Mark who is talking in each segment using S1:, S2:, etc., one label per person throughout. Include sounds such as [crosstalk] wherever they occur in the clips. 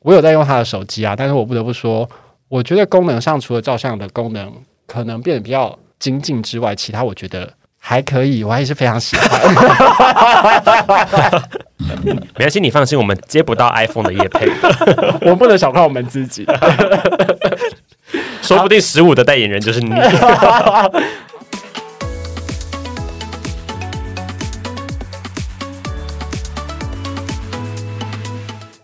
S1: 我有在用它的手机啊，但是我不得不说，我觉得功能上除了照相的功能可能变得比较精进之外，其他我觉得还可以，我还是非常喜 [laughs] 欢。
S2: 没关系，你放心，我们接不到 iPhone 的夜配，
S1: 我们不能小看我们自己。
S2: 说不定十五的代言人就是你。
S1: [laughs]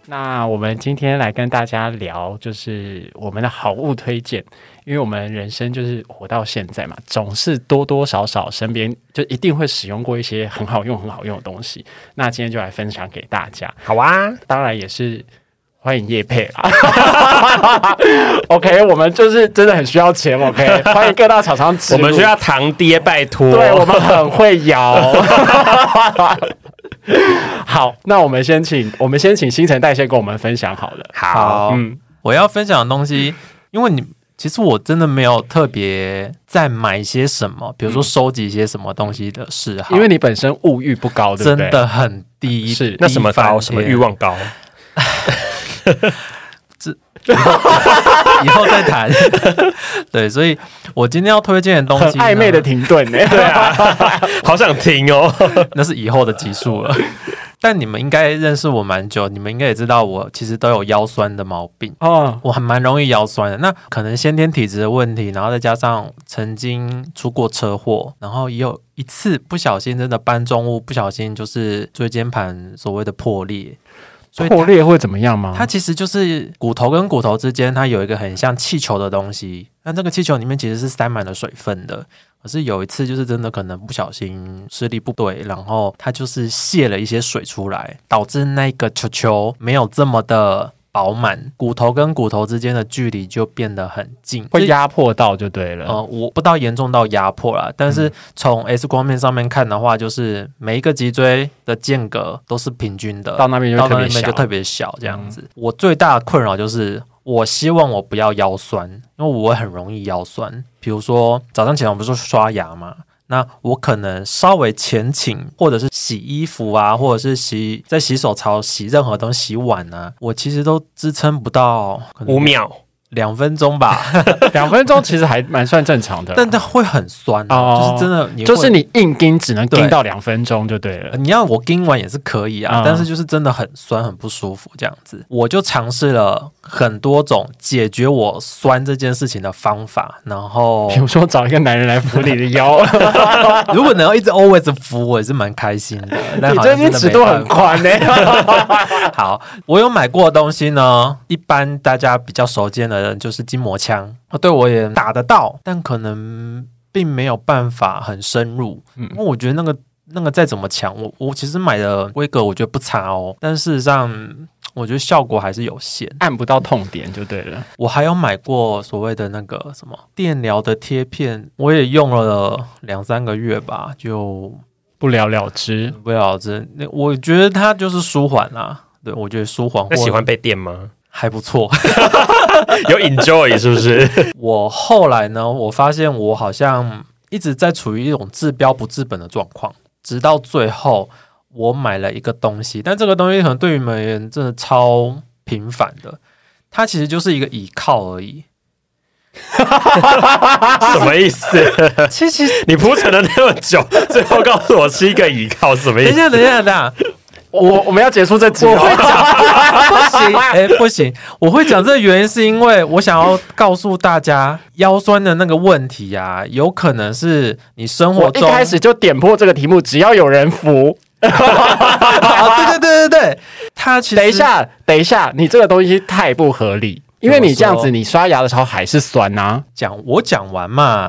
S1: 那我们今天来跟大家聊，就是我们的好物推荐，因为我们人生就是活到现在嘛，总是多多少少身边就一定会使用过一些很好用、很好用的东西。那今天就来分享给大家，
S2: 好啊，
S1: 当然也是欢迎叶配啦。OK，我们就是真的很需要钱，OK，欢
S3: [laughs]
S1: 迎各大厂商植
S2: 我
S1: 入
S2: 们需要堂爹，拜托。
S1: 对我们很会摇。 [laughs] 好，那我们先请我们先请新陈代谢跟我们分享好了。
S2: 好，
S1: 嗯，
S3: 我要分享的东西，因为你其实我真的没有特别在买些什么，比如说收集一些什么东西的嗜好，
S1: 因为你本身物欲不高，对不
S3: 真
S1: 对？
S3: 的很低。
S1: 是
S2: 那什么
S3: 翻
S2: 高？
S3: 天
S2: 什么欲望高？
S3: 以后再谈。 [laughs] 对，所以我今天要推荐的东
S1: 很
S3: 西呢，
S1: 暧昧的停顿
S3: [laughs]
S1: 呢、
S2: 对啊，好想听哦。
S3: 那是以后的集数了。但你们应该认识我蛮久，你们应该也知道我其实都有腰酸的毛病。
S1: [laughs] 哦，
S3: 嗯我还蛮容易腰酸的。那可能先天体质的问题，然后再加上曾经出过车祸，然后也有一次不小心真的搬重物，不小心就是椎间盘所谓的破裂，所以它
S1: 破裂会怎么样吗？
S3: 它其实就是骨头跟骨头之间，它有一个很像气球的东西。那这个气球里面其实是塞满了水分的。可是有一次，就是真的可能不小心视力不对，然后它就是泄了一些水出来，导致那个球球没有这么的饱满，骨头跟骨头之间的距离就变得很近，
S1: 会压迫到就对了。
S3: 呃，我不到严重到压迫啦，但是从 X 光面上面看的话，就是每一个脊椎的间隔都是平均的，
S1: 到那边就
S3: 到
S1: 特
S3: 那
S1: 别
S3: 边就
S1: 小，嗯
S3: 特别小这样子。我最大的困扰就是，我希望我不要腰酸，因为我很容易腰酸。比如说早上起来我不是刷牙嘛，那我可能稍微前倾，或者是洗衣服啊，或者是洗在洗手槽洗任何东西、洗碗啊，我其实都支撑不到可能
S2: 五秒，
S3: 两分
S1: [laughs]
S3: 钟吧，
S1: 两分钟其实还蛮算正常
S3: [laughs]
S1: 的。
S3: 但它会很酸、
S1: 哦
S3: 啊，就是真的你会
S1: 就是你硬盯只能盯
S3: 对
S1: 到两分钟就对了
S3: 呃。你要我盯完也是可以啊，
S1: 嗯
S3: 但是就是真的很酸，很不舒服这样子。我就尝试了很多种解决我酸这件事情的方法，然
S1: [laughs]
S3: 后
S1: 比如说找一个男人来扶你的 [laughs] 腰，
S3: 如果能够一直 always 扶我，也是蛮开心
S1: [laughs]
S3: 的。但
S1: 你
S3: 好
S1: 这
S3: 像
S1: 边
S3: 真的
S1: 尺
S3: 没
S1: 度
S3: 办
S1: 很
S3: 法
S1: 宽呢、
S3: [laughs] 好，我有买过的东西呢，一般大家比较熟见的就是筋膜枪，哦对我也打得到，但可能并没有办法很深入，
S1: 嗯
S3: 因为我觉得那个那个再怎么强，我我其实买的规格我觉得不差哦，但事实上。我觉得效果还是有限。
S1: [laughs] 按不到痛点就对了。
S3: 我还有买过所谓的那个什么电疗的贴片，我也用了两三个月吧，就
S1: 不了了之。
S3: 不了这。那我觉得它就是舒缓啦、对我觉得舒缓或
S2: 那喜欢被电吗？
S3: 还不错。
S2: 有 enjoy 是不是？
S3: 我后来呢，我发现我好像一直在处于一种治标不治本的状况，直到最后我买了一个东西，但这个东西可能对于你们而言真的超平凡的，它其实就是一个倚靠而已。
S2: 什么意思？
S3: 其实，
S2: 你铺陈了那么久，最后告诉我是一个依靠，什么意
S3: [laughs] 等一
S2: 思？
S3: 下，等一下，等一下，
S1: 我我们要结束这集哦了，
S3: 不 [laughs] 行，哎、不行，我会讲这个原因是因为我想要告诉大家，腰酸的那个问题啊，有可能是你
S1: [laughs]
S3: 生
S1: 我
S3: 活
S1: 一
S3: 中
S1: 开始就点破这个题目，只要有人扶，
S3: [laughs] 啊，对对对对对，它其实
S1: 等一下，等一下，你这个东西太不合理，因为你这样子，你刷牙的时候还是酸啊呐、
S3: 讲我讲完嘛，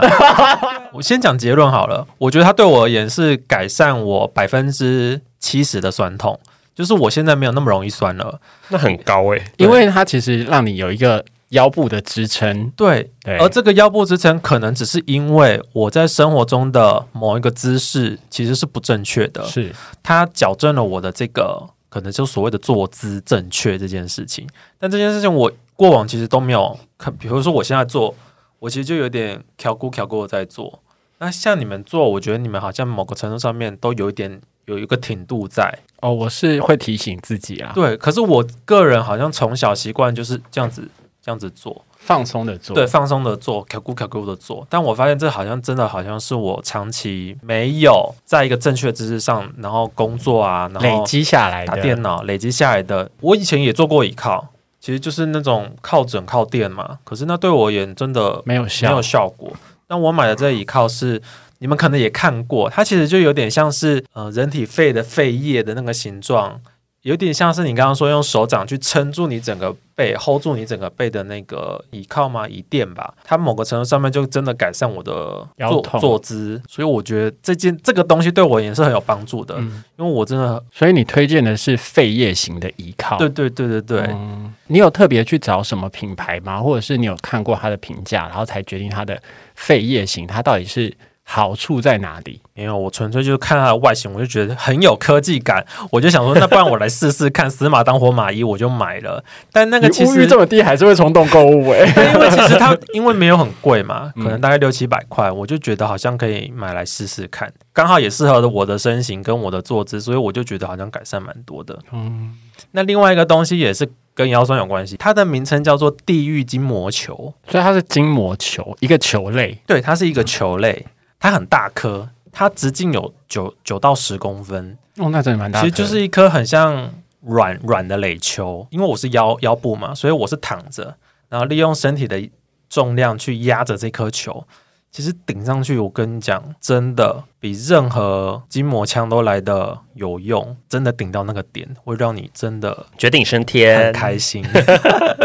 S3: 我先讲结论好了。我觉得它对我而言是改善我百分之七十的酸痛，就是我现在没有那么容易酸了。
S2: 那很高哎、
S1: 因为它其实让你有一个腰部的支撑。
S3: 对，
S1: 对，
S3: 而这个腰部支撑可能只是因为我在生活中的某一个姿势其实是不正确的，
S1: 是
S3: 它矫正了我的这个可能就所谓的坐姿正确这件事情。但这件事情我过往其实都没有看，比如说我现在做，我其实就有点调估调估的在做。那像你们做，我觉得你们好像某个程度上面都有一点。有一个挺度在。
S1: 哦，我是会提醒自己啊，
S3: 对，可是我个人好像从小习惯就是这样子这样子做，
S1: 放松的做。
S3: 对，放松的做，卡咕卡咕的做。但我发现这好像真的好像是我长期没有在一个正确的姿势上，然后工作啊，然
S1: 累
S3: 后
S1: 积下来
S3: 打
S1: 的
S3: 电脑累积下来的。我以前也做过倚靠，其实就是那种靠枕靠垫嘛，可是那对我也真的
S1: 没有
S3: 没
S1: 效
S3: 有，效果。但我买的这倚靠是。你们可能也看过，它其实就有点像是呃人体肺的肺叶的那个形状，有点像是你刚刚说用手掌去撑住你整个背，hold 住你整个背的那个倚靠吗？椅垫吧，它某个程度上面就真的改善我的
S1: 腰
S3: 坐
S1: 痛
S3: 坐姿，所以我觉得这件这个东西对我也是很有帮助的，
S1: 嗯
S3: 因为我真的
S1: 所以你推荐的是肺叶型的依靠。
S3: 对对对对对，
S1: 嗯你有特别去找什么品牌吗？或者是你有看过它的评价，然后才决定它的肺叶型，它到底是好处在哪里？
S3: 没有，我纯粹就是看它的外形，我就觉得很有科技感，我就想说，那不然我来试试看，死马当活马医，我就买了。但那个其
S1: 你物欲
S3: 实，
S1: 这么低，还是会冲动购物哎、
S3: 但因为其实它因为没有很贵嘛，
S1: 嗯
S3: 可能大概六七百块，我就觉得好像可以买来试试看，刚好也适合我的身形跟我的坐姿，所以我就觉得好像改善蛮多的。
S1: 嗯，
S3: 那另外一个东西也是跟腰酸有关系，它的名称叫做地狱筋膜球。
S1: 所以它是筋膜球，一个球类。
S3: 对，它是一个球类，它很大颗，它直径有九九到十公分，
S1: 哦，那真的蛮大颗
S3: 其实
S1: 的。
S3: 就是一颗很像软软的垒球，因为我是腰腰部嘛，所以我是躺着，然后利用身体的重量去压着这颗球。其实顶上去，我跟你讲，真的比任何筋膜枪都来的有用，真的顶到那个点，会让你真的
S2: 绝顶升
S3: 很
S2: 天，
S3: 开心。 [laughs]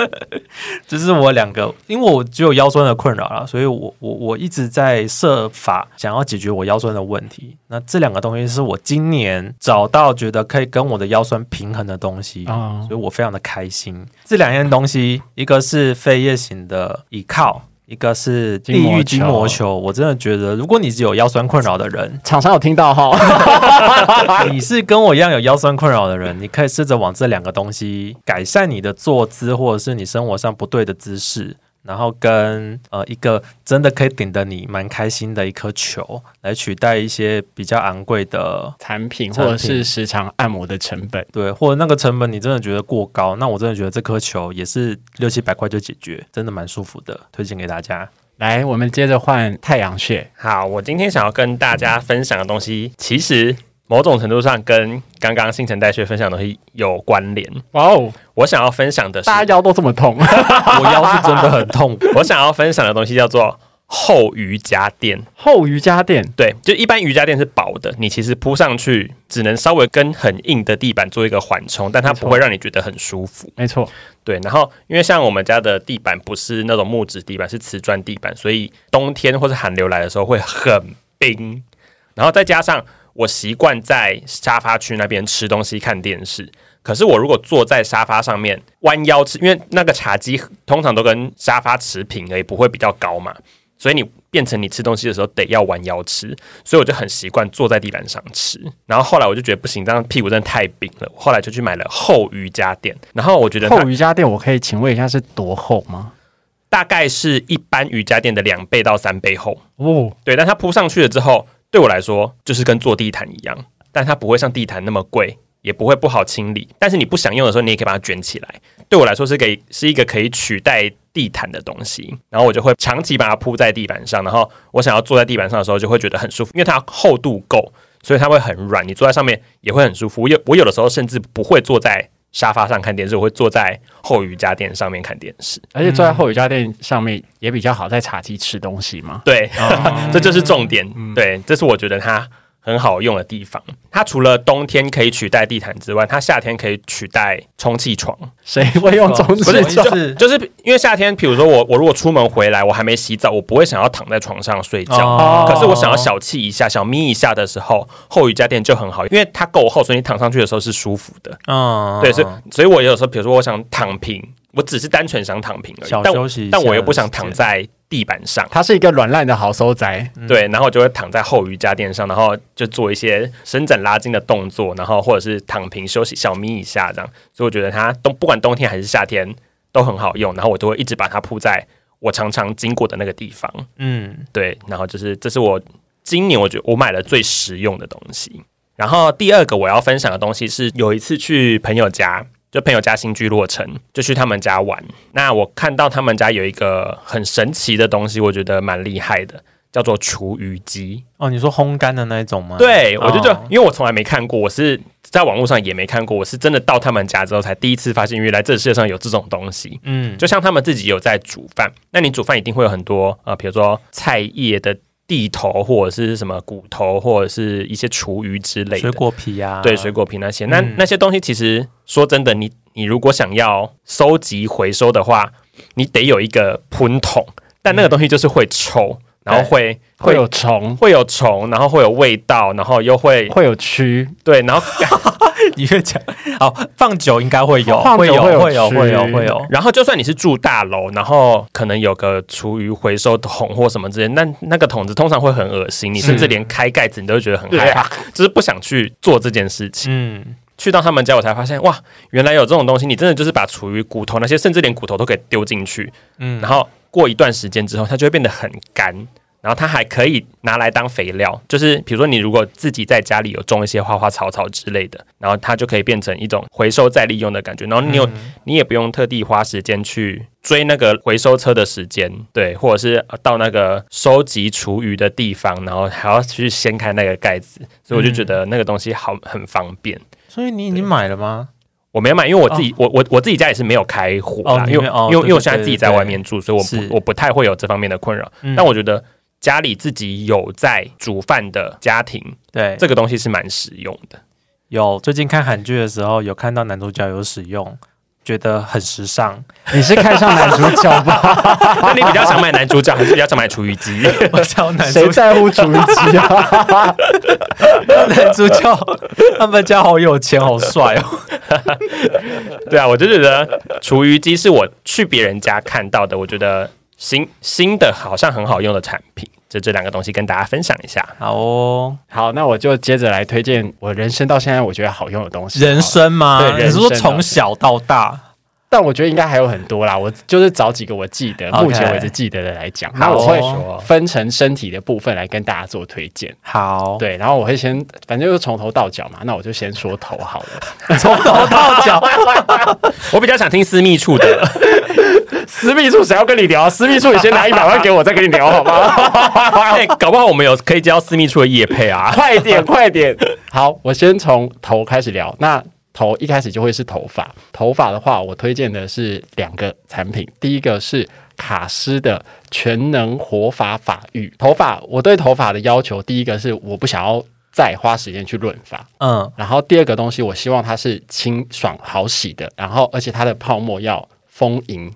S3: 这是我两个，因为我只有腰酸的困扰啦，所以我我我一直在设法想要解决我腰酸的问题。那这两个东西是我今年找到觉得可以跟我的腰酸平衡的东西。
S1: 啊、
S3: 所以我非常的开心。这两样东西，一个是肺叶型的倚靠，一个是地狱筋
S1: 筋膜
S3: 膜
S1: 球
S3: 球。我真的觉得，如果你是有腰酸困扰的人，
S1: 厂商有听到哈，
S3: [laughs] 你是跟我一样有腰酸困扰的人，你可以试着往这两个东西改善你的坐姿，或者是你生活上不对的姿势，然后跟呃一个真的可以顶得你蛮开心的一颗球来取代一些比较昂贵的。
S1: 产品或
S3: 产品
S1: 者是时常按摩的成本。
S3: 对，或者那个成本你真的觉得过高，那我真的觉得这颗球也是六七百块就解决，真的蛮舒服的，推荐给大家。
S1: 来，我们接着换太阳穴。
S2: 好，我今天想要跟大家分享的东西，其实某种程度上跟刚刚新陈代谢分享的东西有关联。
S1: 哇哦，
S2: 我想要分享的是，
S1: 大家腰都这么
S3: [laughs]
S1: 痛，
S3: 我腰是真的很痛，
S2: [laughs] 我想要分享的东西叫做厚瑜伽垫。
S1: 厚瑜伽垫
S2: 对，就一般瑜伽垫是薄的，你其实铺上去只能稍微跟很硬的地板做一个缓冲，但它
S1: 没错
S2: 不会让你觉得很舒服。
S1: 没错，
S2: 对，然后因为像我们家的地板不是那种木质地板，是瓷砖地板，所以冬天或是寒流来的时候会很冰。然后再加上我习惯在沙发区那边吃东西、看电视。可是我如果坐在沙发上面弯腰吃，因为那个茶几通常都跟沙发持平而已，不会比较高嘛，所以你变成你吃东西的时候得要弯腰吃，所以我就很习惯坐在地板上吃。然后后来我就觉得不行，这样屁股真的太饼了，我后来就去买了厚瑜伽垫。然后我觉得它
S1: 厚瑜伽垫，我可以请问一下是多厚吗？
S2: 大概是一般瑜伽垫的两倍到三倍厚。
S1: 哦，
S2: 对，但它铺上去了之后，对我来说就是跟坐地毯一样，但它不会像地毯那么贵，也不会不好清理。但是你不想用的时候，你也可以把它卷起来。对我来说是给是一个可以取代地毯的东西，然后我就会长期把它铺在地板上，然后我想要坐在地板上的时候就会觉得很舒服，因为它厚度够，所以它会很软，你坐在上面也会很舒服。我有我有的时候甚至不会坐在沙发上看电视，我会坐在厚瑜伽垫上面看电视。
S1: 而且坐
S3: 嗯
S1: 在厚瑜伽垫上面也比较好，在茶几吃东西嘛。
S2: 对，
S3: 哦
S2: [laughs] 这就是重点。
S3: 嗯
S2: 对，这是我觉得它很好用的地方。它除了冬天可以取代地毯之外，它夏天可以取代充气床。
S1: [laughs] 谁会用
S3: 哦
S1: 中指
S2: 不是，
S3: 什么意
S2: 就
S3: 思
S2: 就是因为夏天，比如说我我如果出门回来，我还没洗澡，我不会想要躺在床上睡觉。
S3: 哦
S2: 可是我想要小憩一下、小眯一下的时候，厚瑜伽垫就很好，因为它够厚，所以你躺上去的时候是舒服的。
S3: 嗯，
S2: 对，所以所以我有时候，比如说我想躺平，我只是单纯想躺平而已
S3: 小，
S2: 但
S3: 休
S2: 我
S3: 息一下
S2: 但我又不
S3: 的时
S2: 想躺
S3: 间
S2: 在地板上。
S1: 它是一个软烂的好收宅，
S2: 对，然后就会躺在后瑜伽垫上，然后就做一些伸展拉筋的动作，然后或者是躺平休息小眯一下这样。所以我觉得它冬不管冬天还是夏天都很好用，然后我都会一直把它铺在我常常经过的那个地方。
S3: 嗯，
S2: 对，然后就是这是我今年我觉得我买了最实用的东西。然后第二个我要分享的东西是，有一次去朋友家，就朋友家新居落成，就去他们家玩。那我看到他们家有一个很神奇的东西，我觉得蛮厉害的，叫做厨余机。
S3: 哦，你说烘干的那一种吗？
S2: 对，我就觉得
S3: 哦，
S2: 因为我从来没看过，我是在网络上也没看过，我是真的到他们家之后才第一次发现，原来这世界上有这种东西。
S3: 嗯，
S2: 就像他们自己有在煮饭，那你煮饭一定会有很多呃，比如说菜叶的地头，或者是什么骨头，或者是一些厨余之类的
S3: 水果皮啊，
S2: 对水果皮那些。那
S3: 嗯
S2: 那些东西其实说真的，你你如果想要收集回收的话，你得有一个喷桶，但那个东西就是会臭，然
S3: 嗯
S2: 后会
S1: 会有虫，
S2: 会有虫，然后会有味道，然后又会
S1: 会有蛆，
S2: 对，然后
S3: [laughs] 你越讲，好放久应该会有，
S1: 放久
S3: 会有，
S1: 会有
S3: 会有，
S1: 吃
S3: 会有，会有。
S2: 然后就算你是住大楼，然后可能有个厨余回收桶或什么之类，那那个桶子通常会很恶心，你甚至连开盖子你都会觉得很
S1: 哎
S2: 害怕，就是不想去做这件事情。
S3: 嗯，
S2: 去到他们家，我才发现哇，原来有这种东西，你真的就是把厨余、骨头那些，甚至连骨头都可以丢进去，
S3: 嗯
S2: 嗯，然后过一段时间之后，它就会变得很干。然后它还可以拿来当肥料，就是比如说你如果自己在家里有种一些花花草草之类的，然后它就可以变成一种回收再利用的感觉。然后你有你也不用特地花时间去追那个回收车的时间，对，或者是呃到那个收集厨余的地方，然后还要去掀开那个盖子，所以我就觉得那个东西好很方便。
S3: 所以你已经买了吗？
S2: 我没买，因为我自己、我我我自己家也是没有开火
S3: 哦
S2: 啦，
S3: 你没
S2: 因为、
S3: 哦
S2: 因为因为我
S3: 对对
S2: 现在自己在外面住，所以我
S3: 是
S2: 不我不太会有这方面的困扰。
S3: 嗯
S2: 但我觉得家里自己有在煮饭的家庭，
S3: 对，
S2: 这个东西是蛮实用
S3: [laughs]
S2: 的。
S3: 有最近看韩剧的时候，有看到男主角有使用，觉得很时尚。
S1: 你是看上男主角吧？
S2: 那你比较想买男主角，还是比较想买厨余机？ [laughs]
S3: 我想男
S1: 谁
S3: 主角，
S1: 在乎主义机啊？ [laughs]
S3: 男主角他们家好有钱，好帅哦。
S2: 对啊，我就觉得厨余机是我去别人家看到的，我觉得新新的好像很好用的产品。就这两个东西跟大家分享一下。
S3: 好哦，
S1: 好，那我就接着来推荐我人生到现在我觉得好用的东西。
S3: 人生
S1: 对
S3: 吗？
S1: 人
S3: 你是说
S1: 生啊
S3: 从小到大？
S1: 但我觉得应该还有很多啦，我就是找几个我记得
S3: OK
S1: 目前为止记得的来讲。那
S3: 好
S1: 我
S3: 好
S1: 会
S2: 哦
S1: 分成身体的部分来跟大家做推荐。
S3: 好，
S1: 对，然后我会先，反正就从头到脚嘛，那我就先说头好了。
S3: 从头到脚，
S2: 我比较想听私密处
S3: [laughs]
S2: 的，
S1: 私密处谁要跟你聊？私密处你先拿一百万给我，再跟你聊好 [laughs] 吗？
S2: [laughs] 哎、搞不好我们有可以接到私密处的夜配啊。
S1: 快点，快点！好，我先从头开始聊。那头一开始就会是头发，头发的话，我推荐的是两个产品，第一个是。卡诗的全能活法法浴，头发我对头发的要求，第一个是我不想要再花时间去润发，
S3: 嗯，
S1: 然后第二个东西，我希望它是清爽好洗的，然后而且它的泡沫要丰盈，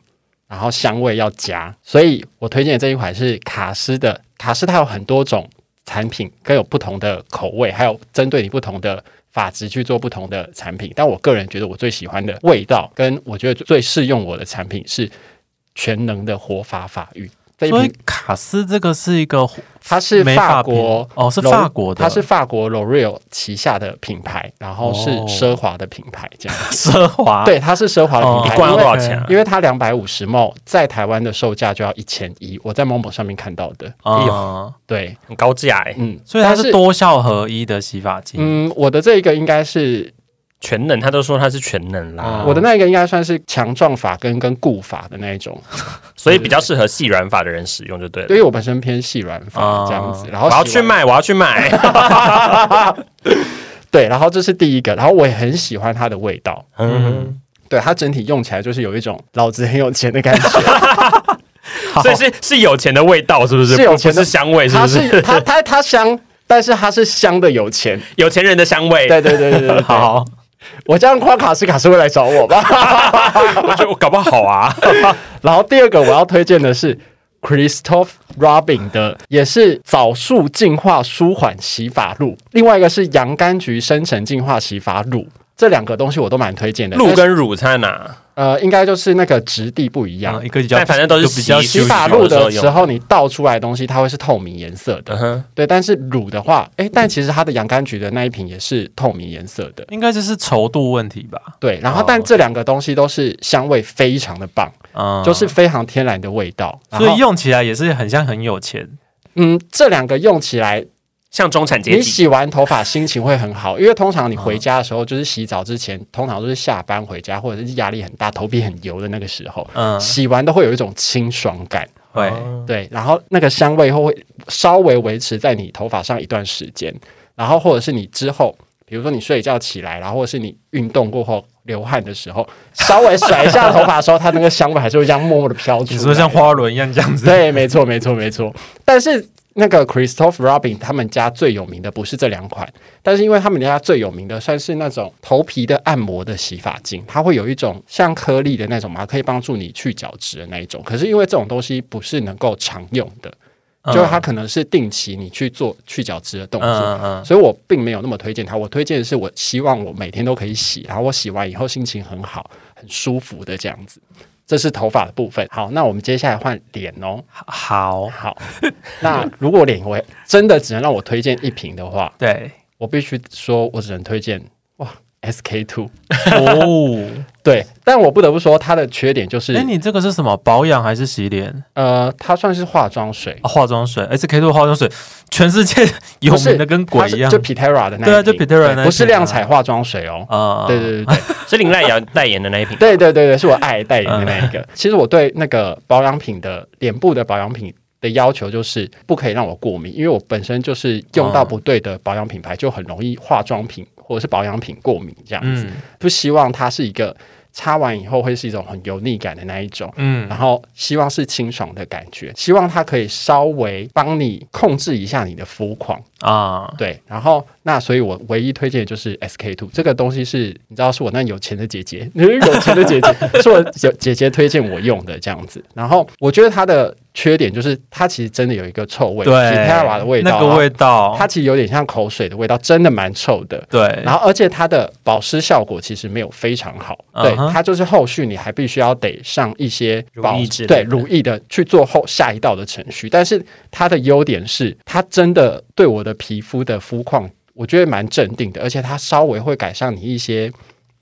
S1: 然后香味要佳。所以我推荐的这一款是卡诗的，卡诗它有很多种产品，各有不同的口味，还有针对你不同的。发质去做不同的产品，但我个人觉得我最喜欢的味道，跟我觉得最适用我的产品是全能的活法法浴。这一
S3: 所以
S1: 瓶
S3: 卡斯这个是一个
S1: 它是
S3: 美
S1: 法
S3: 发品
S1: 国
S3: 哦，是
S1: L'O-
S3: 法国的，
S1: 它是法国 L'Oreal 旗下的品牌，然后是
S3: 哦
S1: 奢华的品牌，这样、
S3: 奢华，
S1: 对，它是奢华的
S3: 哦，
S1: 品牌，
S2: 一罐要
S1: 因
S2: 多
S1: 为
S2: 少钱啊
S1: 因为它两百五十 ml 在台湾的售价就要一千一，我在某某上面看到的，
S2: 哎
S3: 啊？
S1: 对，
S2: 很高价哎、
S1: 嗯，
S3: 所以它
S1: 但
S3: 是多效合一的洗发精。
S1: 嗯，我的这一个应该是、
S2: 全能，他都说他是全能啦，
S3: 哦
S1: 我的那一个应该算是强壮发根跟固发的那一种，
S2: 所以比较适合细软发的人使用就对
S1: 对
S2: 了。
S1: 于我本身偏细软发
S3: 哦
S1: 这样子，然后
S2: 我要
S1: 洗
S2: 去
S1: 完
S2: 买，我要去买。
S1: 对，然后这是第一个，然后我也很喜欢它的味道，
S2: 嗯，
S1: 对它整体用起来就是有一种老子很有钱的感觉。
S2: [laughs] 所以是是有钱的味道，是不是？
S1: 是有钱的
S2: 不是香味，是
S1: 它
S2: 不是？
S1: 是它它它香，但是它是香的有钱。
S2: [laughs] 有钱人的香
S1: [laughs]
S2: 味。
S1: 对对对对对，对，
S3: 好，
S1: 我这样夸卡斯卡斯会来找我吧。 [laughs]
S2: 我觉得我搞不好啊。
S1: 然后第二个我要推荐的是 Christoph Robin 的，也是枣树净化舒缓洗发露，另外一个是洋甘菊深层净化洗发乳。这两个东西我都蛮推荐的，
S2: 鹿
S1: 但是
S2: 跟乳啊在哪？
S1: 呃，应该就是那个质地不一样。
S3: 嗯一个比较，
S2: 但反正都是
S3: 就比较
S2: 洗
S1: 洗
S2: 修
S1: 发
S2: 修
S1: 露
S2: 的时
S1: 的
S2: 候用
S1: 时候，你倒出来的东西它会是透明颜色的，
S2: 嗯哼，
S1: 对。但是乳的话，诶，但其实它的洋甘菊的那一瓶也是透明颜色的，
S3: 应该就是稠度问题吧。
S1: 对。然后
S3: 哦，
S1: 但这两个东西都是香味非常的棒，
S3: 嗯，
S1: 就是非常天然的味道。然
S3: 所
S1: 后
S3: 以用起来也是很像很有钱。
S1: 嗯，这两个用起来
S2: 像中产阶
S1: 你
S2: 级，
S1: 洗完头发心情会很好，因为通常你回家的时候，就是洗澡之前，通常都是下班回家或者是压力很大、头皮很油的那个时候，
S3: 嗯，
S1: 洗完都会有一种清爽感。
S3: 会，
S1: 对，然后那个香味会稍微维持在你头发上一段时间，然后或者是你之后，比如说你睡觉起来，然后或者是你运动过后流汗的时候，稍微甩一下头发的时候，它那个香味还是会这样默默的飘出来。
S3: 你说像花轮一样这样子，
S1: 对，没错，没错，没
S3: [laughs]
S1: 错。但是那个 Christoph Robin 他们家最有名的不是这两款，但是因为他们家最有名的算是那种头皮的按摩的洗发精，它会有一种像颗粒的那种嘛，可以帮助你去角质的那一种。可是因为这种东西不是能够常用的，
S3: 嗯，
S1: 就是它可能是定期你去做去角质的动
S3: 嗯，
S1: 作。
S3: 嗯嗯
S1: 所以我并没有那么推荐它，我推荐的是我希望我每天都可以洗，然后我洗完以后心情很好、很舒服的这样子。这是头发的部分。好，那我们接下来换脸哦。
S3: 好， [laughs]
S1: 好，那如果脸我真的只能让我推荐一瓶的话，
S3: 对，
S1: 我必须说我只能推荐哇 SK two。
S3: 哦，
S1: 对，但我不得不说它的缺点就是，
S3: 哎，你这 [laughs] 个是什么保养还是洗脸？
S1: 呃，它算是化妆水，
S3: 啊化妆水，SK two 化妆水，全世界有
S1: 不是
S3: 名的跟
S1: 它
S3: 鬼
S1: 是
S3: 一样
S1: 就 Pitera 的那一
S3: 对啊就
S1: 瓶
S3: Pitera
S1: 对
S3: 那一
S1: 不是
S3: 瓶啊
S1: 亮彩化妆水哦。
S3: 啊
S1: 对对对对
S2: 是林濑瑶代言的
S1: [laughs]
S2: 那一瓶。
S1: 对对对对，是我爱代言的那一
S3: 嗯
S1: 个。其实我对那个保养品的脸部的保养品的要求就是不可以让我过敏，因为我本身就是用到不对的保养品牌，就很容易化妆品或者是保养品过敏这样子。
S3: 嗯
S1: 不希望它是一个擦完以后会是一种很油腻感的那一种。
S3: 嗯
S1: 然后希望是清爽的感觉，希望它可以稍微帮你控制一下你的肤况，
S3: 啊，
S1: 对。然后那所以，我唯一推荐的就是 SK two 这个东西是，你知道是我那有钱的姐 [laughs] 姐，有钱的姐姐是我姐姐姐推荐我用的这样子。然后我觉得它的缺点就是它其实真的有一个臭味，
S3: 对
S1: t e r a 的味道，
S3: 那个味
S1: 然后
S3: 道，啊
S1: 它其实有点像口水的味道，真的蛮臭的。
S3: 对，
S1: 然后，而且它的保湿效果其实没有非常好，
S3: 嗯
S1: 对，
S3: 哼
S1: 它就是后续你还必须要得上一些
S2: 乳
S1: 保
S2: 液之类
S1: 对
S2: 的
S1: 乳液的去做后下一道的程序。但是它的优点是，它真的对我的皮肤的肤况，我觉得蛮镇定的，而且它稍微会改善你一些。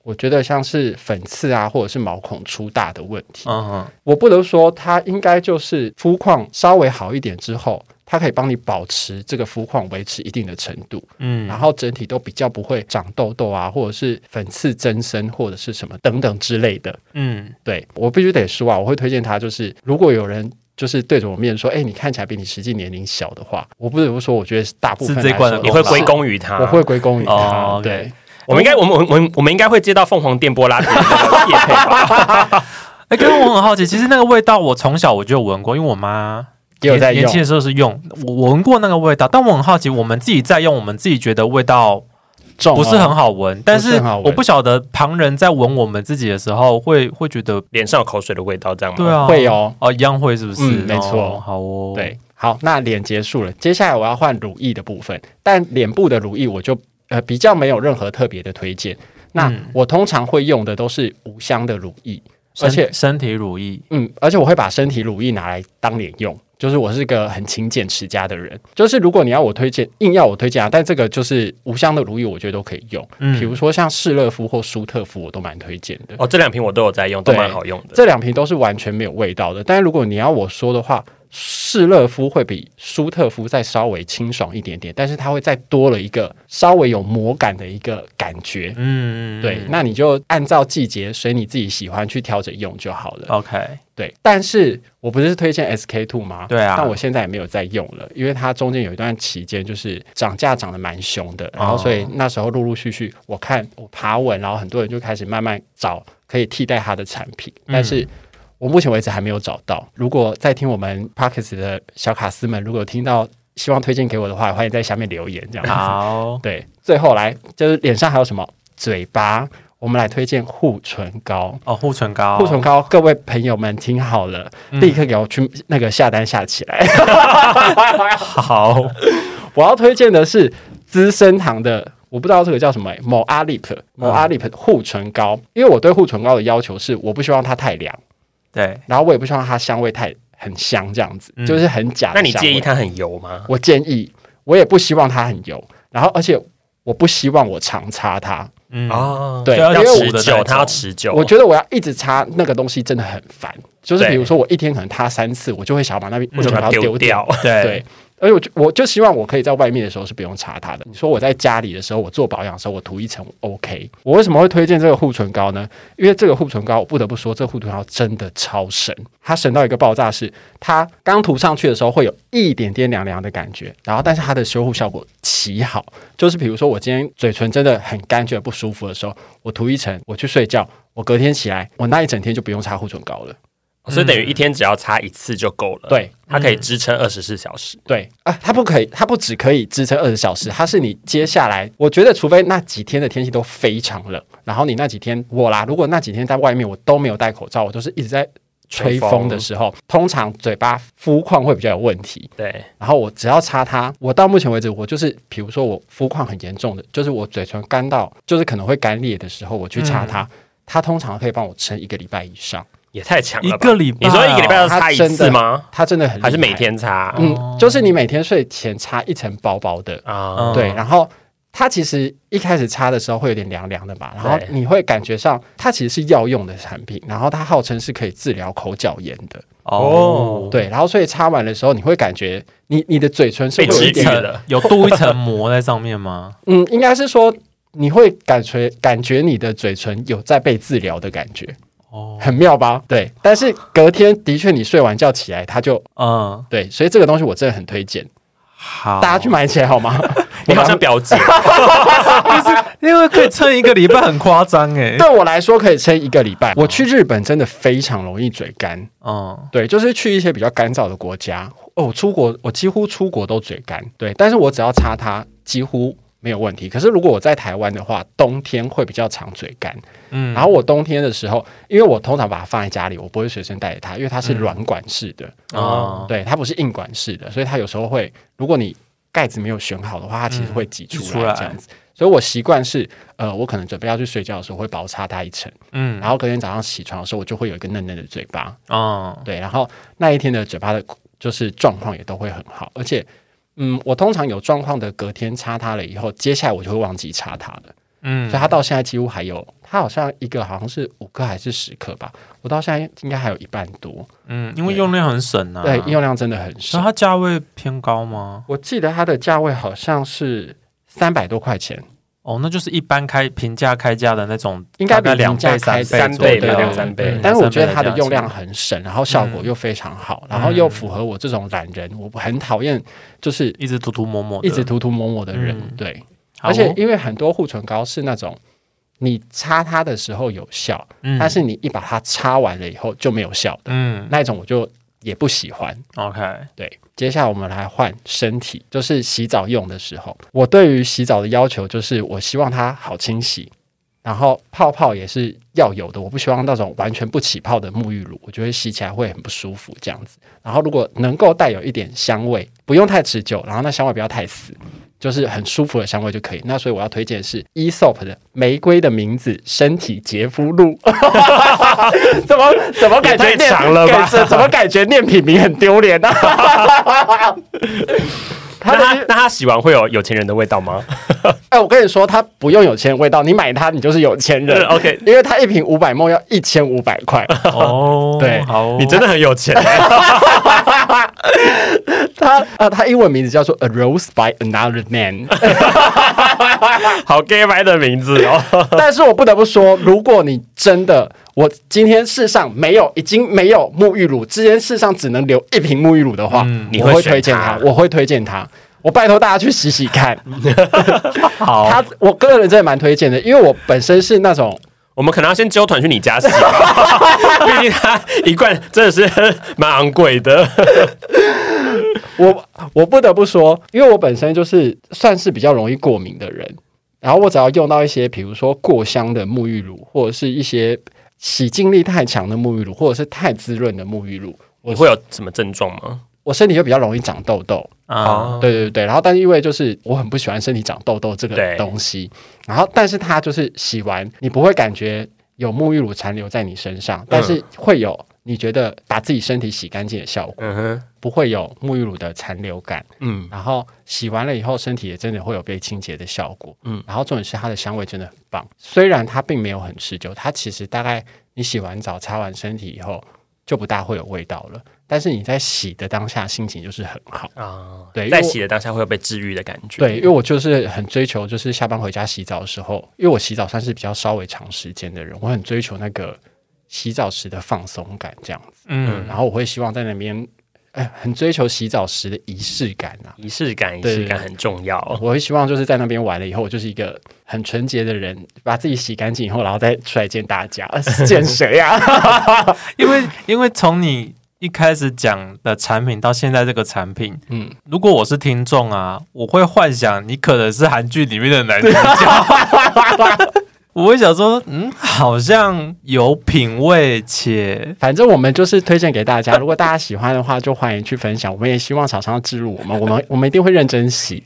S1: 我觉得像是粉刺啊，或者是毛孔粗大的问题，
S3: 嗯哼，
S1: 我不能说它应该就是肤况稍微好一点之后，它可以帮你保持这个肤况维持一定的程度。
S3: 嗯
S1: 然后整体都比较不会长痘痘啊，或者是粉刺增生或者是什么等等之类的。
S3: 嗯，
S1: 对我必须得说啊，我会推荐它，就是如果有人。就是对着我面说，哎、你看起来比你实际年龄小的话，我不得不说，我觉得大部分
S3: 是这
S1: 来
S3: 罐
S1: 说
S3: 的
S2: 你会
S1: 是
S2: 归，功于他，
S1: 我会归功于它。
S3: 哦，OK
S1: 对，
S2: 我们应该，我们我们我们我们应该会接到凤凰电波 [laughs] 拉皮的叶配吧？
S3: 哎，刚刚我很好奇，其实那个味道我从小我就有闻过，因为我妈
S1: 也有在
S3: 年年
S1: 用
S3: 轻。的时候是用，我我闻过那个味道，但我很好奇，我们自己在用，我们自己觉得味道
S1: 重哦
S3: 不是很好闻，但
S1: 不是
S3: 是
S1: 很好闻
S3: 我不晓得旁人在闻我们自己的时候会会觉得，
S2: 脸上有口水的味道，这样吗？
S3: 对，啊，
S1: 会哦，
S3: 哦，一样会是不是？
S1: 嗯没错
S3: 哦好哦，
S1: 对，好，那脸结束了，接下来我要换乳液的部分，但脸部的乳液我就呃比较没有任何特别的推荐。那
S3: 嗯
S1: 我通常会用的都是无香的乳液，
S3: 身，
S1: 而且
S3: 身体乳液，
S1: 嗯，而且我会把身体乳液拿来当脸用，就是我是个很勤俭持家的人。就是如果你要我推荐，硬要我推荐啊，但这个就是无香的乳液，我觉得都可以用。
S3: 嗯
S1: 比如说像士乐夫或舒特夫，我都蛮推荐的。
S2: 哦，这两瓶我都有在用，都
S1: 对
S2: 蛮好用的。
S1: 这两瓶都是完全没有味道的。但是如果你要我说的话，士乐夫会比舒特夫再稍微清爽一点点，但是它会再多了一个稍微有魔感的一个感觉。
S3: 嗯，
S1: 对，那你就按照季节，随你自己喜欢去调整用就好了。 [laughs]
S3: OK，
S1: 对，但是我不是推荐 SK two 吗？
S3: 对啊
S1: 但我现在也没有在用了，因为它中间有一段期间就是涨价涨得蛮凶
S3: 哦
S1: 的，然后所以那时候陆陆续续，我看我爬文，然后很多人就开始慢慢找可以替代它的产品，
S3: 嗯
S1: 但是。我目前为止还没有找到。如果在听我们 Parkes 的小卡司们，如果有听到希望推荐给我的话，欢迎在下面留言这样子。
S3: 啊好，
S1: 对，最后来就是脸上还有什么嘴巴，我们来推荐护唇膏。
S3: 哦，护唇膏，
S1: 护唇膏，各位朋友们听好了，
S2: 嗯
S1: 立刻给我去那个下单下起来。 [laughs]
S3: 好，
S1: 我要推荐的是资生堂的，我不知道这个叫什么、欸，某阿 lip
S2: 嗯
S1: 某阿 lip 护唇膏，因为我对护唇膏的要求是，我不希望它太凉，
S3: 对，
S1: 然后我也不希望它香味太很香，这样子、
S3: 嗯
S1: 就是很假的
S2: 那你
S1: 香
S2: 介意
S1: 味？
S2: 它很油吗？
S1: 我建议，我也不希望它很油，然后而且我不希望我常擦它，
S3: 嗯，
S2: 哦，
S1: 对
S2: 要
S1: 因为我
S2: 持
S3: 的那
S2: 久，
S3: 种
S2: 它要持久。
S1: 我觉得我要一直擦那个东西真的很烦，就是
S2: 对嗯
S1: 比如说我一天可能擦三次，我就会想要把那边护
S2: 我就
S1: 唇
S2: 把
S1: 膏
S2: 它丢
S1: 丢掉。
S2: 掉。
S3: 对，
S1: 对，而且我就我就希望我可以在外面的时候是不用擦它的。你说我在家里的时候，我做保养的时候，我涂一层 OK。我为什么会推荐这个护唇膏呢？因为这个护唇膏，我不得不说，这护唇膏真的超神，它神到一个爆炸是，它刚涂上去的时候会有一点点凉凉的感觉，然后但是它的修护效果奇好。就是比如说我今天嘴唇真的很干，觉得不舒服的时候，我涂一层，我去睡觉，我隔天起来，我那一整天就不用擦护唇膏了。
S2: [laughs] 所以等于一天只要擦一次就够了。
S1: 对，
S2: 它可以支撑二十四小时。
S1: 对啊，它不可以，它不只可以支撑二十小时，它是你接下来，我觉得除非那几天的天气都非常冷，然后你那几天我啦，如果那几天在外面我都没有戴口罩，我都是一直在吹
S2: 吹风
S1: 风的时候，通常嘴巴肤况会比较有问题。
S2: 对，
S1: 然后我只要擦它，我到目前为止，我就是比如说我肤况很严重的，就是我嘴唇干到，就是可能会干裂的时候，我去擦它，
S2: 嗯
S1: 它通常可以帮我撑一个礼拜以上，
S2: 也太强
S3: 一
S2: 了吧
S3: 个！礼拜
S2: 你
S3: 哦，
S2: 说一个礼拜要
S1: 它
S2: 擦一
S1: 真的
S2: 次吗？
S1: 它真的很厉害
S2: 还是每。天擦？
S1: 嗯，就是你每天睡前擦一层薄薄的，
S3: 嗯
S2: 啊，
S1: 对，然后它其实一开始擦的时候会有点凉凉的嘛，然后
S2: 对
S1: 你会感觉上它其实是药用的产品，然后它号称是可以治疗口角炎的，
S2: 嗯
S3: 哦，
S1: 对，然后所以擦完的时候你会感觉你你的嘴唇是
S2: 被
S1: 会有
S2: 治
S1: 一
S2: 愈
S1: 点，
S2: 了。
S3: 有镀一层膜在上面吗？
S1: [laughs] 嗯，应该是说。你会感觉感觉你的嘴唇有在被治疗的感觉，
S3: 哦，
S1: 很妙吧？对，但是隔天的确你睡完觉起来，它就
S3: 嗯，
S1: 对，所以这个东西我真的很推荐
S3: 好，
S1: 大家去买起来好
S2: [laughs]
S1: 吗？
S2: 你哦好
S1: 我拿
S2: 像表姐，
S3: 因为可以撑一个礼拜，很夸张哎。
S1: 对我来说可以撑一个礼拜。我去日本真的非常容易嘴干，
S3: [laughs] 嗯，
S1: 对，就是去一些比较干燥的国家。哦，我出国我几乎出国都嘴干，对，但是我只要擦它几乎没有问题。可是如果我在台湾的话，冬天会比较常嘴干。
S3: 嗯
S1: 嗯，然后我冬天的时候，因为我通常把它放在家里，我不会随身带着它，因为它是软管式的，
S3: 哦，
S1: 对，它不是硬管式的，所以它有时候会，如果你盖子没有选好的话，它其实会挤
S3: 挤
S1: 出
S3: 出
S1: 来
S3: 来
S1: 这样子。所以我习惯是，呃，我可能准备要去睡觉的时候会薄擦它一层，
S3: 嗯，
S1: 然后隔天早上起床的时候，我就会有一个嫩嫩的嘴巴，
S3: 嗯，
S1: 对，然后那一天的嘴巴的，就是状况也都会很好，而且，嗯，我通常有状况的隔天擦它了以后，接下来我就会忘记擦它了，
S3: 嗯
S1: 所以它到现在几乎还有，它好像一个好像是五颗还是十颗吧，我到现在应该还有一半多，
S3: 嗯，因为用量很省啊。
S1: 对，用量真的很
S3: 那
S1: 少。
S3: 它价位偏高吗？
S1: 我记得它的价位好像是三百多块钱，
S3: 哦，那就是一般开平价开价的那种，
S1: 应该比
S3: 大概两
S1: 平价
S3: 倍、
S1: 开
S3: 三
S1: 价
S3: 倍左
S2: 三倍
S3: 右、
S2: 吧两三倍
S3: 嗯
S1: 但是我觉得
S3: 两三
S1: 它
S3: 倍
S1: 的
S3: 价
S1: 用
S3: 钱嗯
S1: 量很省，然后效果又非常好，然后又符合我这种懒人，我很讨厌就是
S3: 一直涂涂抹抹的，
S1: 一直涂涂抹抹的人，
S3: 嗯
S1: 对。
S3: 好哦，
S1: 而且因为很多护唇膏是那种你擦它的时候有效，
S3: 嗯
S1: 但是你一把它擦完了以后就没有效的、
S3: 嗯
S1: 那一种，我就也不喜欢。
S3: ，OK，
S1: 对，接下来我们来换身体，就是洗澡用的时候，我对于洗澡的要求就是我希望它好清洗，然后泡泡也是要有的，我不希望那种完全不起泡的沐浴乳，我觉得洗起来会很不舒服这样子。然后如果能够带有一点香味，不用太持久，然后那香味不要太死。就是很舒服的香味就可以。那所以我要推荐的是 Esop 的《玫瑰的名字：身体洁肤露》。 [laughs] 怎么怎么感觉
S2: 也太
S1: 念
S2: 长了吧
S1: 感觉怎么感觉念品名很丢脸啊呢？他
S2: 那它
S1: 的
S2: 那它洗完会有有钱人的味道吗？
S1: 哎，我跟你说，它不用有钱人味道，你买它你就是有钱人
S2: 对。，OK，嗯
S1: 因为它一瓶五百梦要一千五百
S2: [laughs]
S1: 块，
S3: 哦，
S1: 对
S3: 好哦，
S2: 你真的很有钱欸。
S1: 它呃，它英文名字叫做 A Rose by Another Man，
S2: 好 gay 白的名字哦，
S1: 但是我不得不说，如果你真的，我今天世上没有，已经没有沐浴乳，之前世上只能留一瓶沐浴乳的话，
S2: 嗯你
S1: 我
S2: 会
S1: 会
S2: 选
S1: 推荐它
S2: 它，
S1: 我会推荐它。我拜托大家去洗洗
S2: [laughs]
S1: 看，
S3: 好，
S1: 它我个人真的蛮推荐的，因为我本身是那种
S2: 我们可能要先揪团去你家洗， [laughs] 毕竟它一罐真的是蛮昂贵的。
S1: 我我不得不说，因为我本身就是算是比较容易过敏的人，然后我只要用到一些比如说过香的沐浴乳，或者是一些洗净力太强的沐浴乳，或者是太滋润的沐浴乳，
S2: 你会有什么症状吗？
S1: 我身体就比较容易长痘痘。
S3: 啊，
S2: 嗯
S1: 对对对，然后但是因为就是我很不喜欢身体长痘痘这个
S2: 对
S1: 东西，然后但是它就是洗完你不会感觉有沐浴乳残留在你身上，但是会有你觉得把自己身体洗干净的效果，
S2: 嗯哼，
S1: 不会有沐浴乳的残留感。
S2: 嗯，
S1: 然后洗完了以后，身体也真的会有被清洁的效果。
S2: 嗯
S1: 嗯，然后重点是它的香味真的很棒，虽然它并没有很持久，它其实大概你洗完澡、擦完身体以后，就不大会有味道了。但是你在洗的当下心情就是很好，
S2: 啊，
S1: 对，因为
S2: 在
S1: 我
S2: 洗的当下会有被治愈的感觉。
S1: 对，因为我就是很追求，就是下班回家洗澡的时候，因为我洗澡算是比较稍微长时间的人，我很追求那个洗澡时的放松感这样子。
S3: 嗯，
S1: 然后我会希望在那边，哎，很追求洗澡时的仪式感啊。
S2: 仪式感，仪
S1: 对
S2: 式感很重要。
S1: 哦
S2: 哦
S1: 我会希望就是在那边玩了以后，我就是一个很纯洁的人，把自己洗干净以后，然后再出来见大家， [laughs] 呃见谁呀、
S3: [laughs] 因为因为从你一开始讲的产品到现在这个产品，
S1: 嗯，
S3: 如果我是听众啊，我会幻想你可能是韩剧里面的男
S1: [laughs]
S3: 主角，我会想说，嗯，好像有品味且。
S1: [laughs] 反正我们就是推荐给大家，如果大家喜欢的话，就欢迎去分享。我们也希望厂商置入我们，我们我们一定会认真洗。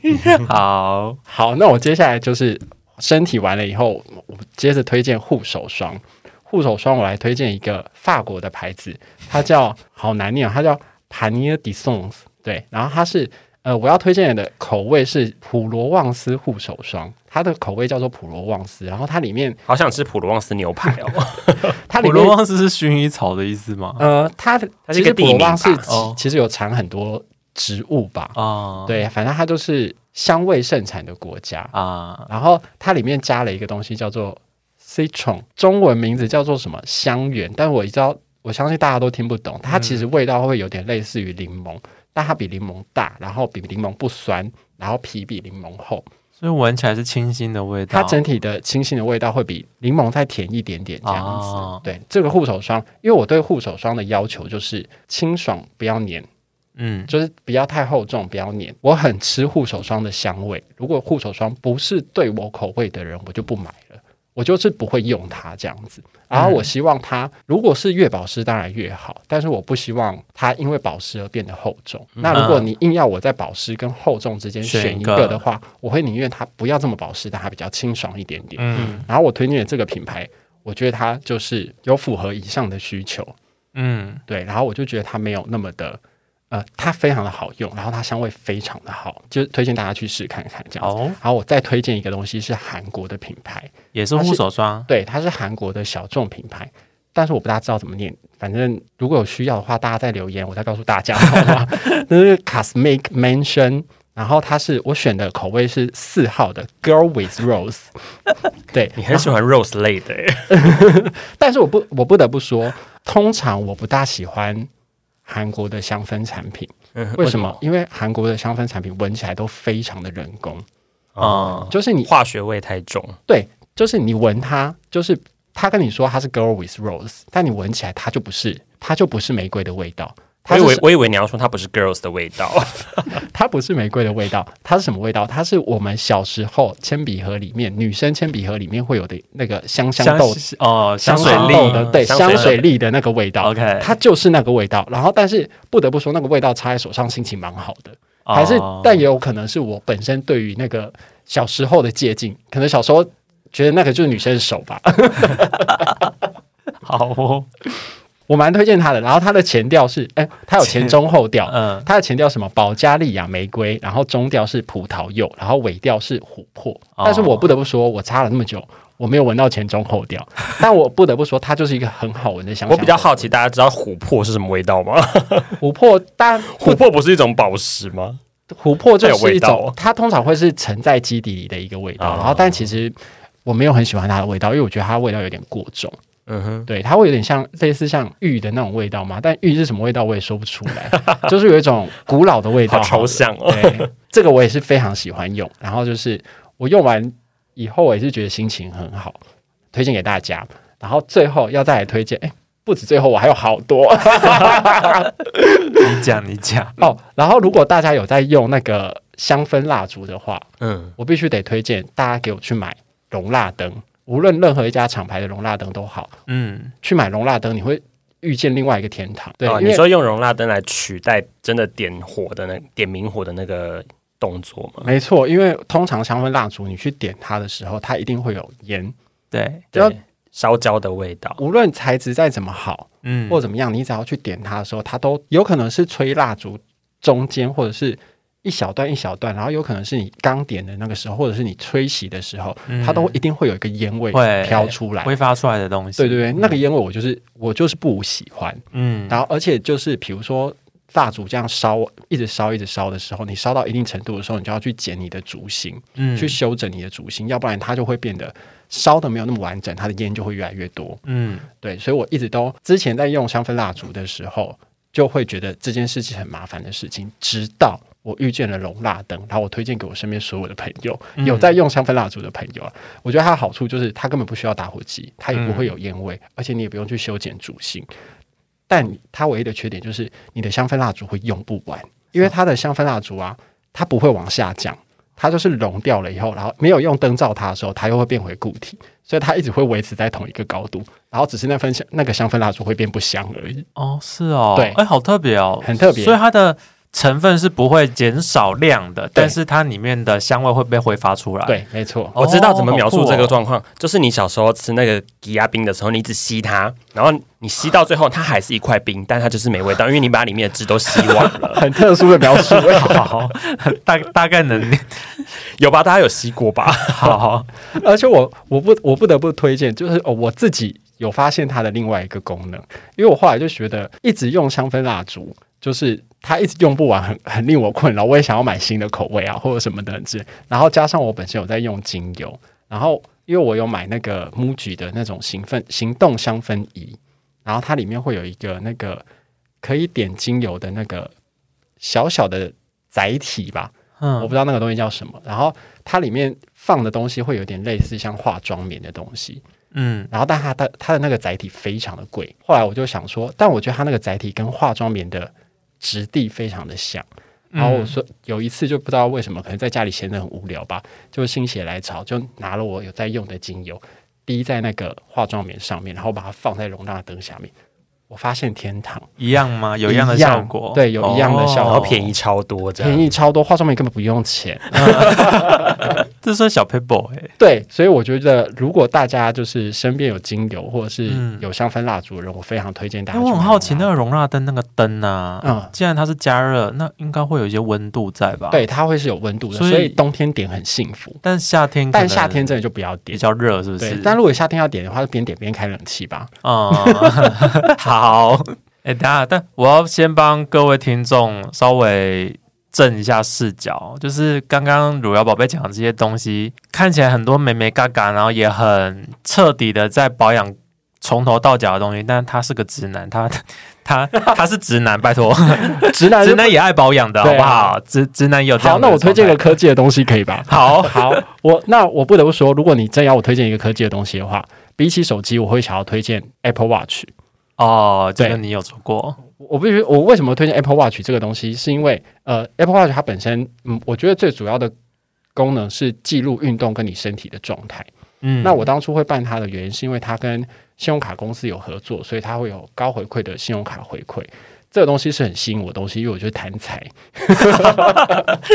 S3: 好，
S1: 好，那我接下来就是身体完了以后，我接着推荐护手霜。护手霜我来推荐一个法国的牌子，它叫好难念哦，它叫 Panier de Sons。对，然后它是呃，我要推荐的口味是普罗旺斯护手霜，它的口味叫做普罗旺斯。然后它里面，
S2: 好想吃普罗旺斯牛排
S1: [laughs]
S2: 哦，
S1: [laughs] 它里
S3: 普罗
S1: 面
S3: 旺斯是薰衣草的意
S1: [laughs]
S3: 思吗？
S1: 呃，它的
S2: 它是
S1: 其
S2: 一个
S1: 实普罗
S2: 地名
S1: 旺斯
S2: 吧
S1: 其
S3: 哦
S1: 其实有产很多植物吧，
S3: 啊，
S1: 对，反正它就是香味盛产的国家。
S3: 啊，
S1: 然后它里面加了一个东西叫做 citron，中文名字叫做什么香橼，但我知道我相信大家都听不懂。它其实味道会有点类似于柠檬，但它比柠檬大，然后比柠檬不酸，然后皮比柠檬厚，
S3: 所以闻起来是清新的味道。
S1: 它整体的清新的味道会比柠檬再甜一点点这样子。
S3: 哦
S1: 对，这个护手霜，因为我对护手霜的要求就是清爽，不要黏。
S3: 嗯，
S1: 就是不要太厚重，不要黏。我很吃护手霜的香味，如果护手霜不是对我口味的人，我就不买了，我就是不会用它这样子。然后我希望它如果是越保湿，当然越好，但是我不希望它因为保湿而变得厚重。那如果你硬要我在保湿跟厚重之间
S3: 选
S1: 选
S3: 一
S1: 一
S3: 个
S1: 个的话，我会宁愿它不要这么保湿，但它比较清爽一点点。
S3: 嗯
S1: 然后我推荐的这个品牌，我觉得它就是有符合以上的需求。
S3: 嗯，
S1: 对，然后我就觉得它没有那么的，呃，它非常的好用，然后它香味非常的好，就是推荐大家去试看看这样子。
S3: 好，
S1: 然后我再推荐一个东西是韩国的品牌，
S3: 也是护手霜。
S1: 对，它是韩国的小众品牌，但是我不大知道怎么念，反正如果有需要的话，大家再留言，我再告诉大家好吗？ [laughs] 那是 Cosmic Mansion。然后它是我选的口味是四号的 Girl with Rose，对，
S2: 你很喜欢 rose 类的耶，
S1: 但是我不，我不得不说，通常我不大喜欢韩国的香氛产品。嗯为什么？因为韩国的香氛产品闻起来都非常的人工，
S3: 哦
S2: 啊，
S1: 就是哦你
S2: 化学味太重，
S1: 对，就是你闻它，就是他跟你说它是 girl with rose，但你闻起来它就不是，它就不是玫瑰的味道。
S2: 我
S1: 它
S2: 以为
S1: 是
S2: 我以为你要说它不是 girls 的味道，
S1: 它不是玫瑰的味道，它是什么味道？它是我们小时候铅笔盒里面女生铅笔盒里面会有的那个香香豆
S3: 哦，香水
S1: 香
S3: 力
S1: 豆的对
S2: 香
S1: 香
S2: 水
S1: 水粒的那个味道。
S3: OK，
S1: 它就是那个味道。然后，但是不得不说，那个味道擦在手上心情蛮好的，还是，
S3: 哦
S1: 但也有可能是我本身对于那个小时候的借鉴，可能小时候觉得那个就是女生的手吧，
S3: 好
S1: [laughs]
S3: 哦，
S1: 我蛮推荐它的。然后它的前调是，哎，它有前中后调。
S3: 嗯，
S1: 它的前调什么？保加利亚玫瑰，然后中调是葡萄柚，然后尾调是琥珀。
S3: 哦
S1: 但是我不得不说，我擦了那么久，我没有闻到前中后调。但我不得不说，它就是一个很好闻的香香。
S2: 我比较好奇，大家知道琥珀是什么味道吗？
S1: 琥珀，但
S2: 琥珀不是一种宝石吗？
S1: 琥珀就是一
S2: 它有味道
S1: 种
S2: 哦，
S1: 它通常会是沉在基底里的一个味道，
S2: 哦
S1: 然后但其实我没有很喜欢它的味道，因为我觉得它味道有点过重，
S2: [laughs] 嗯哼，
S1: 对，它会有点像类似像玉的那种味道嘛，但玉是什么味道我也说不出
S2: [laughs]
S1: 来，就是有一种古老的味道，
S2: 好抽象哦。
S1: 对，这个我也是非常喜欢用，然后就是我用完以后，我也是觉得心情很好，推荐给大家。然后最后要再来推荐，哎，不止最后我还有好多，
S3: 你讲你讲，
S1: 哦，然后如果大家有在用那个香氛蜡烛的话，
S2: 嗯，
S1: 我必须得推荐大家给我去买容蜡灯，无论任何一家厂牌的容蜡灯都好，
S3: 嗯，
S1: 去买容蜡灯你会遇见另外一个天堂。对，
S2: 哦
S1: 因
S2: 你
S1: 为
S2: 说用容蜡灯来取代真的点火的那点明火的那个动作吗？
S1: 没错，因为通常香氛蜡烛你去点它的时候，它一定会有烟，
S3: 对，
S1: 只要
S2: 对，烧焦的味道。
S1: 无论材质再怎么好
S3: 嗯，
S1: 或怎么样，你只要去点它的时候，它都有可能是吹蜡烛中间或者是一小段一小段，然后有可能是你刚点的那个时候，或者是你吹洗的时候，它都一定会有一个烟味
S3: 嗯会
S1: 飘出来。
S3: 挥发出来的东西。
S1: 对对对，那个烟味我就是我就是不喜欢。
S3: 嗯，
S1: 然后而且就是比如说蜡烛这样烧，一直烧一直烧的时候，你烧到一定程度的时候，你就要去剪你的烛芯，
S3: 嗯
S1: 去修整你的烛芯，要不然它就会变得烧的没有那么完整，它的烟就会越来越多。
S3: 嗯
S1: 对，所以我一直都之前在用香氛蜡烛的时候，就会觉得这件事情很麻烦的事情，直到。我遇见了龙蜡灯，然后我推荐给我身边所有的朋友，有在用香氛蜡烛的朋友啊，我觉得它的好处就是它根本不需要打火机，它也不会有烟味，而且你也不用去修剪烛芯。但它唯一的缺点就是你的香氛蜡烛会用不完，因为它的香氛蜡烛啊，它不会往下降，它就是融掉了以后，然后没有用灯照它的时候，它又会变回固体，所以它一直会维持在同一个高度，然后只是那份香那个香氛蜡烛会变不香而已。
S3: 哦是哦，
S1: 对
S3: 哎，好特别哦，
S1: 很特别
S3: 所以它的成分是不会减少量的，但是它里面的香味会被挥发出来。
S1: 对，没错，
S3: 哦，
S2: 我知道怎么描述这
S1: 哦
S2: 个
S3: 状。
S2: 状况，就是你小时候吃那个吉亚冰的时候，你一直吸它，然后你吸到最后，它还是一块冰，但它就是没味道，因为你把里面的汁都吸完
S1: [laughs]
S2: 了，
S1: [laughs] 很特殊的描述。
S3: 好，大大概能
S2: 有吧？大家有吸过
S1: 哦
S2: 吧？
S3: 好，
S1: [laughs] 而且我我不我不得不推荐，就是、哦、我自己有发现它的另外一个功能，因为我后来就觉得一直用香氛蜡烛，就是它一直用不完很，很令我困扰。我也想要买新的口味啊，或者什么的之类。然后加上我本身有在用精油，然后因为我有买那个 MUJI 的那种行分行动香氛仪，然后它里面会有一个那个可以点精油的那个小小的载体吧，我
S3: 嗯
S1: 不知道那个东西叫什么。然后它里面放的东西会有点类似像化妆棉的东西，
S3: 嗯，
S1: 然后但它的它的那个载体非常的贵。后来我就想说，但我觉得它那个载体跟化妆棉的质地非常的像。然后我说
S2: 嗯
S1: 有一次就不知道为什么，可能在家里闲得很无聊吧，就心血来潮，就拿了我有在用的精油滴在那个化妆棉上面，然后把它放在容纳灯下面。我发现天堂
S3: 一样吗？有一样的效果，哦
S1: 对有一样的效果
S2: 然
S1: 好
S2: 后便宜，超多，这
S1: 便
S2: 样
S1: 宜超多，化妆棉根本不用钱。
S3: 这算小 paper 哎，
S1: 对，所以我觉得，如果大家就是身边有精油或者是
S3: 嗯
S1: 有香氛蜡烛的人，我非常推荐大家
S3: 但
S1: 去买
S3: 我
S1: 蜡烛。
S3: 很好奇那个容纳灯那个灯啊，
S1: 嗯
S3: 既然它是加热，那应该会有一些温度在吧？，
S1: 对，它会是有温度的，
S3: 所以
S1: 所以冬天点很幸福。
S3: 但夏天可能
S1: 但夏天真的就不要
S3: 比
S1: 点。
S3: 较热，是不
S1: 对
S3: 是？，
S1: 但如果夏天要点的话，就边点边开冷气
S3: [laughs]
S1: 吧。
S3: 啊，
S1: [laughs]
S3: 好，哎、等一下，但我要先帮各位听众稍微正一下视角，就是刚刚乳瑶宝贝讲的这些东西，看起来很多美美嘎嘎，然后也很彻底的在保养从头到脚的东西，但他是个直男，他他他是直男，拜托，
S1: 直男
S3: 直男也爱保养的好
S1: 对
S3: 不
S1: 啊
S3: 好？直直男也有这
S1: 好，
S3: 样的
S1: 那我推荐个
S3: 状态
S1: 科技的东西可以吧？
S3: 好，
S1: [laughs] 好，我那我不得不说，如果你真要我推荐一个科技的东西的话，比起手机，我会想要推荐 Apple Watch。
S3: 哦，这个
S1: 对
S3: 你有做过，
S1: 我必须，我为什么推荐 Apple Watch 这个东西，是因为呃，Apple Watch 它本身，嗯，我觉得最主要的功能是记录运动跟你身体的状态。
S3: 嗯，
S1: 那我当初会办它的原因，是因为它跟信用卡公司有合作，所以它会有高回馈的信用卡回馈。这个东西是很吸引我的东西，因为我就是贪财，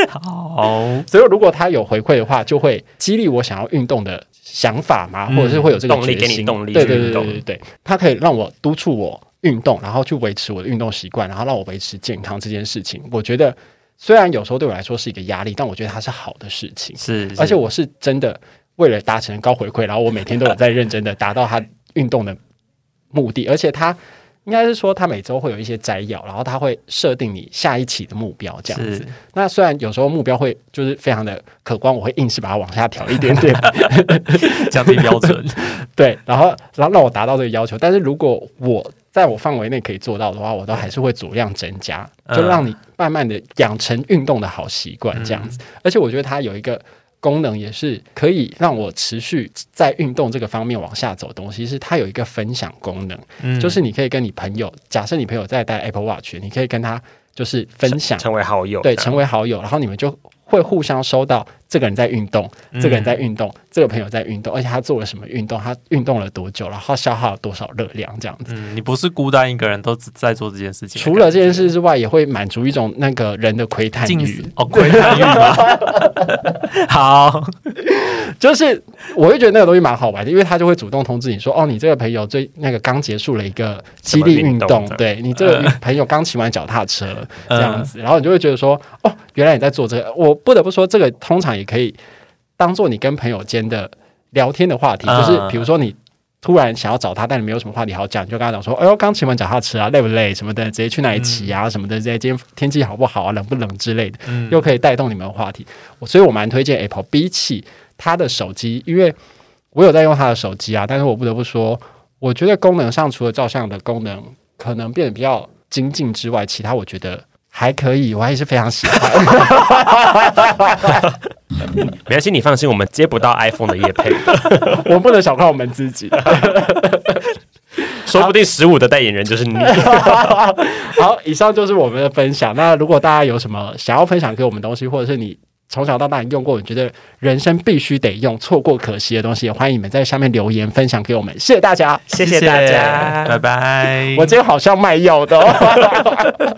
S3: 好，
S1: 所以如果它有回馈的话，就会激励我想要运动的想法嘛，
S3: 嗯
S1: 或者是会有这个
S2: 动力
S1: 决心
S2: 给你动力
S1: 对
S2: 去
S1: 对
S2: 运
S1: 对对
S2: 动
S1: 对对，它可以让我督促我运动，然后去维持我的运动习惯，然后让我维持健康这件事情，我觉得虽然有时候对我来说是一个压力，但我觉得它是好的事情。
S3: 是，是
S1: 而且我是真的为了达成高回馈，然后我每天都有在认真的达到他运动的目的，而且他应该是说他每周会有一些摘要，然后他会设定你下一期的目标这样子
S3: 是。
S1: 那虽然有时候目标会就是非常的可观，我会硬是把它往下调一点
S3: [laughs]
S1: 点，
S3: 降低标准，
S1: 对，然后然后让我达到这个要求。但是如果我在我范围内可以做到的话，我都还是会酌量增加，就
S3: 嗯
S1: 让你慢慢的养成运动的好习惯这样
S3: 嗯
S1: 子。而且我觉得它有一个功能，也是可以让我持续在运动这个方面往下走的东西，是它有一个分享功能，
S3: 嗯
S1: 就是你可以跟你朋友，假设你朋友在戴 Apple Watch，你可以跟他就是分享
S2: 成为好友，
S1: 对，
S2: 这样
S1: 成为好友，然后你们就会互相收到这个人在运动，这个人在运动，这个朋友在运动，而且他做了什么运动，他运动了多久，然后消耗了多少热量，这样子。
S3: 嗯，你不是孤单一个人都只在做这件事情的感觉，
S1: 除了这件事之外，也会满足一种那个人的窥探
S3: 近
S1: 欲
S3: 似。哦，窥探
S1: [laughs]
S3: 欲吗？好，
S1: 就是我会觉得那个东西蛮好玩的，因为他就会主动通知你说，哦，你这个朋友最那个刚结束了一个激励运
S2: 什么运
S1: 动
S2: 动，
S1: 对你这个朋友刚骑完脚踏车这样子，然后你就会觉得说，哦，原来你在做这个。我不得不说，这个通常也可以当做你跟朋友间的聊天的话题，
S3: 嗯
S1: 就是比如说你。突然想要找他，但你没有什么话题好讲，你就跟他讲说：“哎呦，刚骑完脚踏车啊，累不累？什么的，直接去哪里骑啊？什么的，直接今天天气好不好啊？冷不冷之类的。”
S3: 嗯
S1: 又可以带动你们的话题。我所以，我蛮推荐 Apple。比起它的手机，因为我有在用它的手机啊，但是我不得不说，我觉得功能上除了照相的功能可能变得比较精进之外，其他我觉得还可以，我还是非常喜
S3: [laughs]
S1: 欢。
S2: 没关系，你放心，我们接不到 iPhone 的叶
S1: [laughs]
S2: 配，
S1: 我们不能小看我们自己。
S2: 说不定十五的代言人就是你。
S1: 好，以上就是我们的分享。那如果大家有什么想要分享给我们的东西，或者是你从小到大你用过，你觉得人生必须得用、错过可惜的东西，也欢迎你们在下面留言分享给我们。谢谢大家。
S2: 谢谢大家，
S3: 拜拜。
S1: 我今天好像卖药的、哦。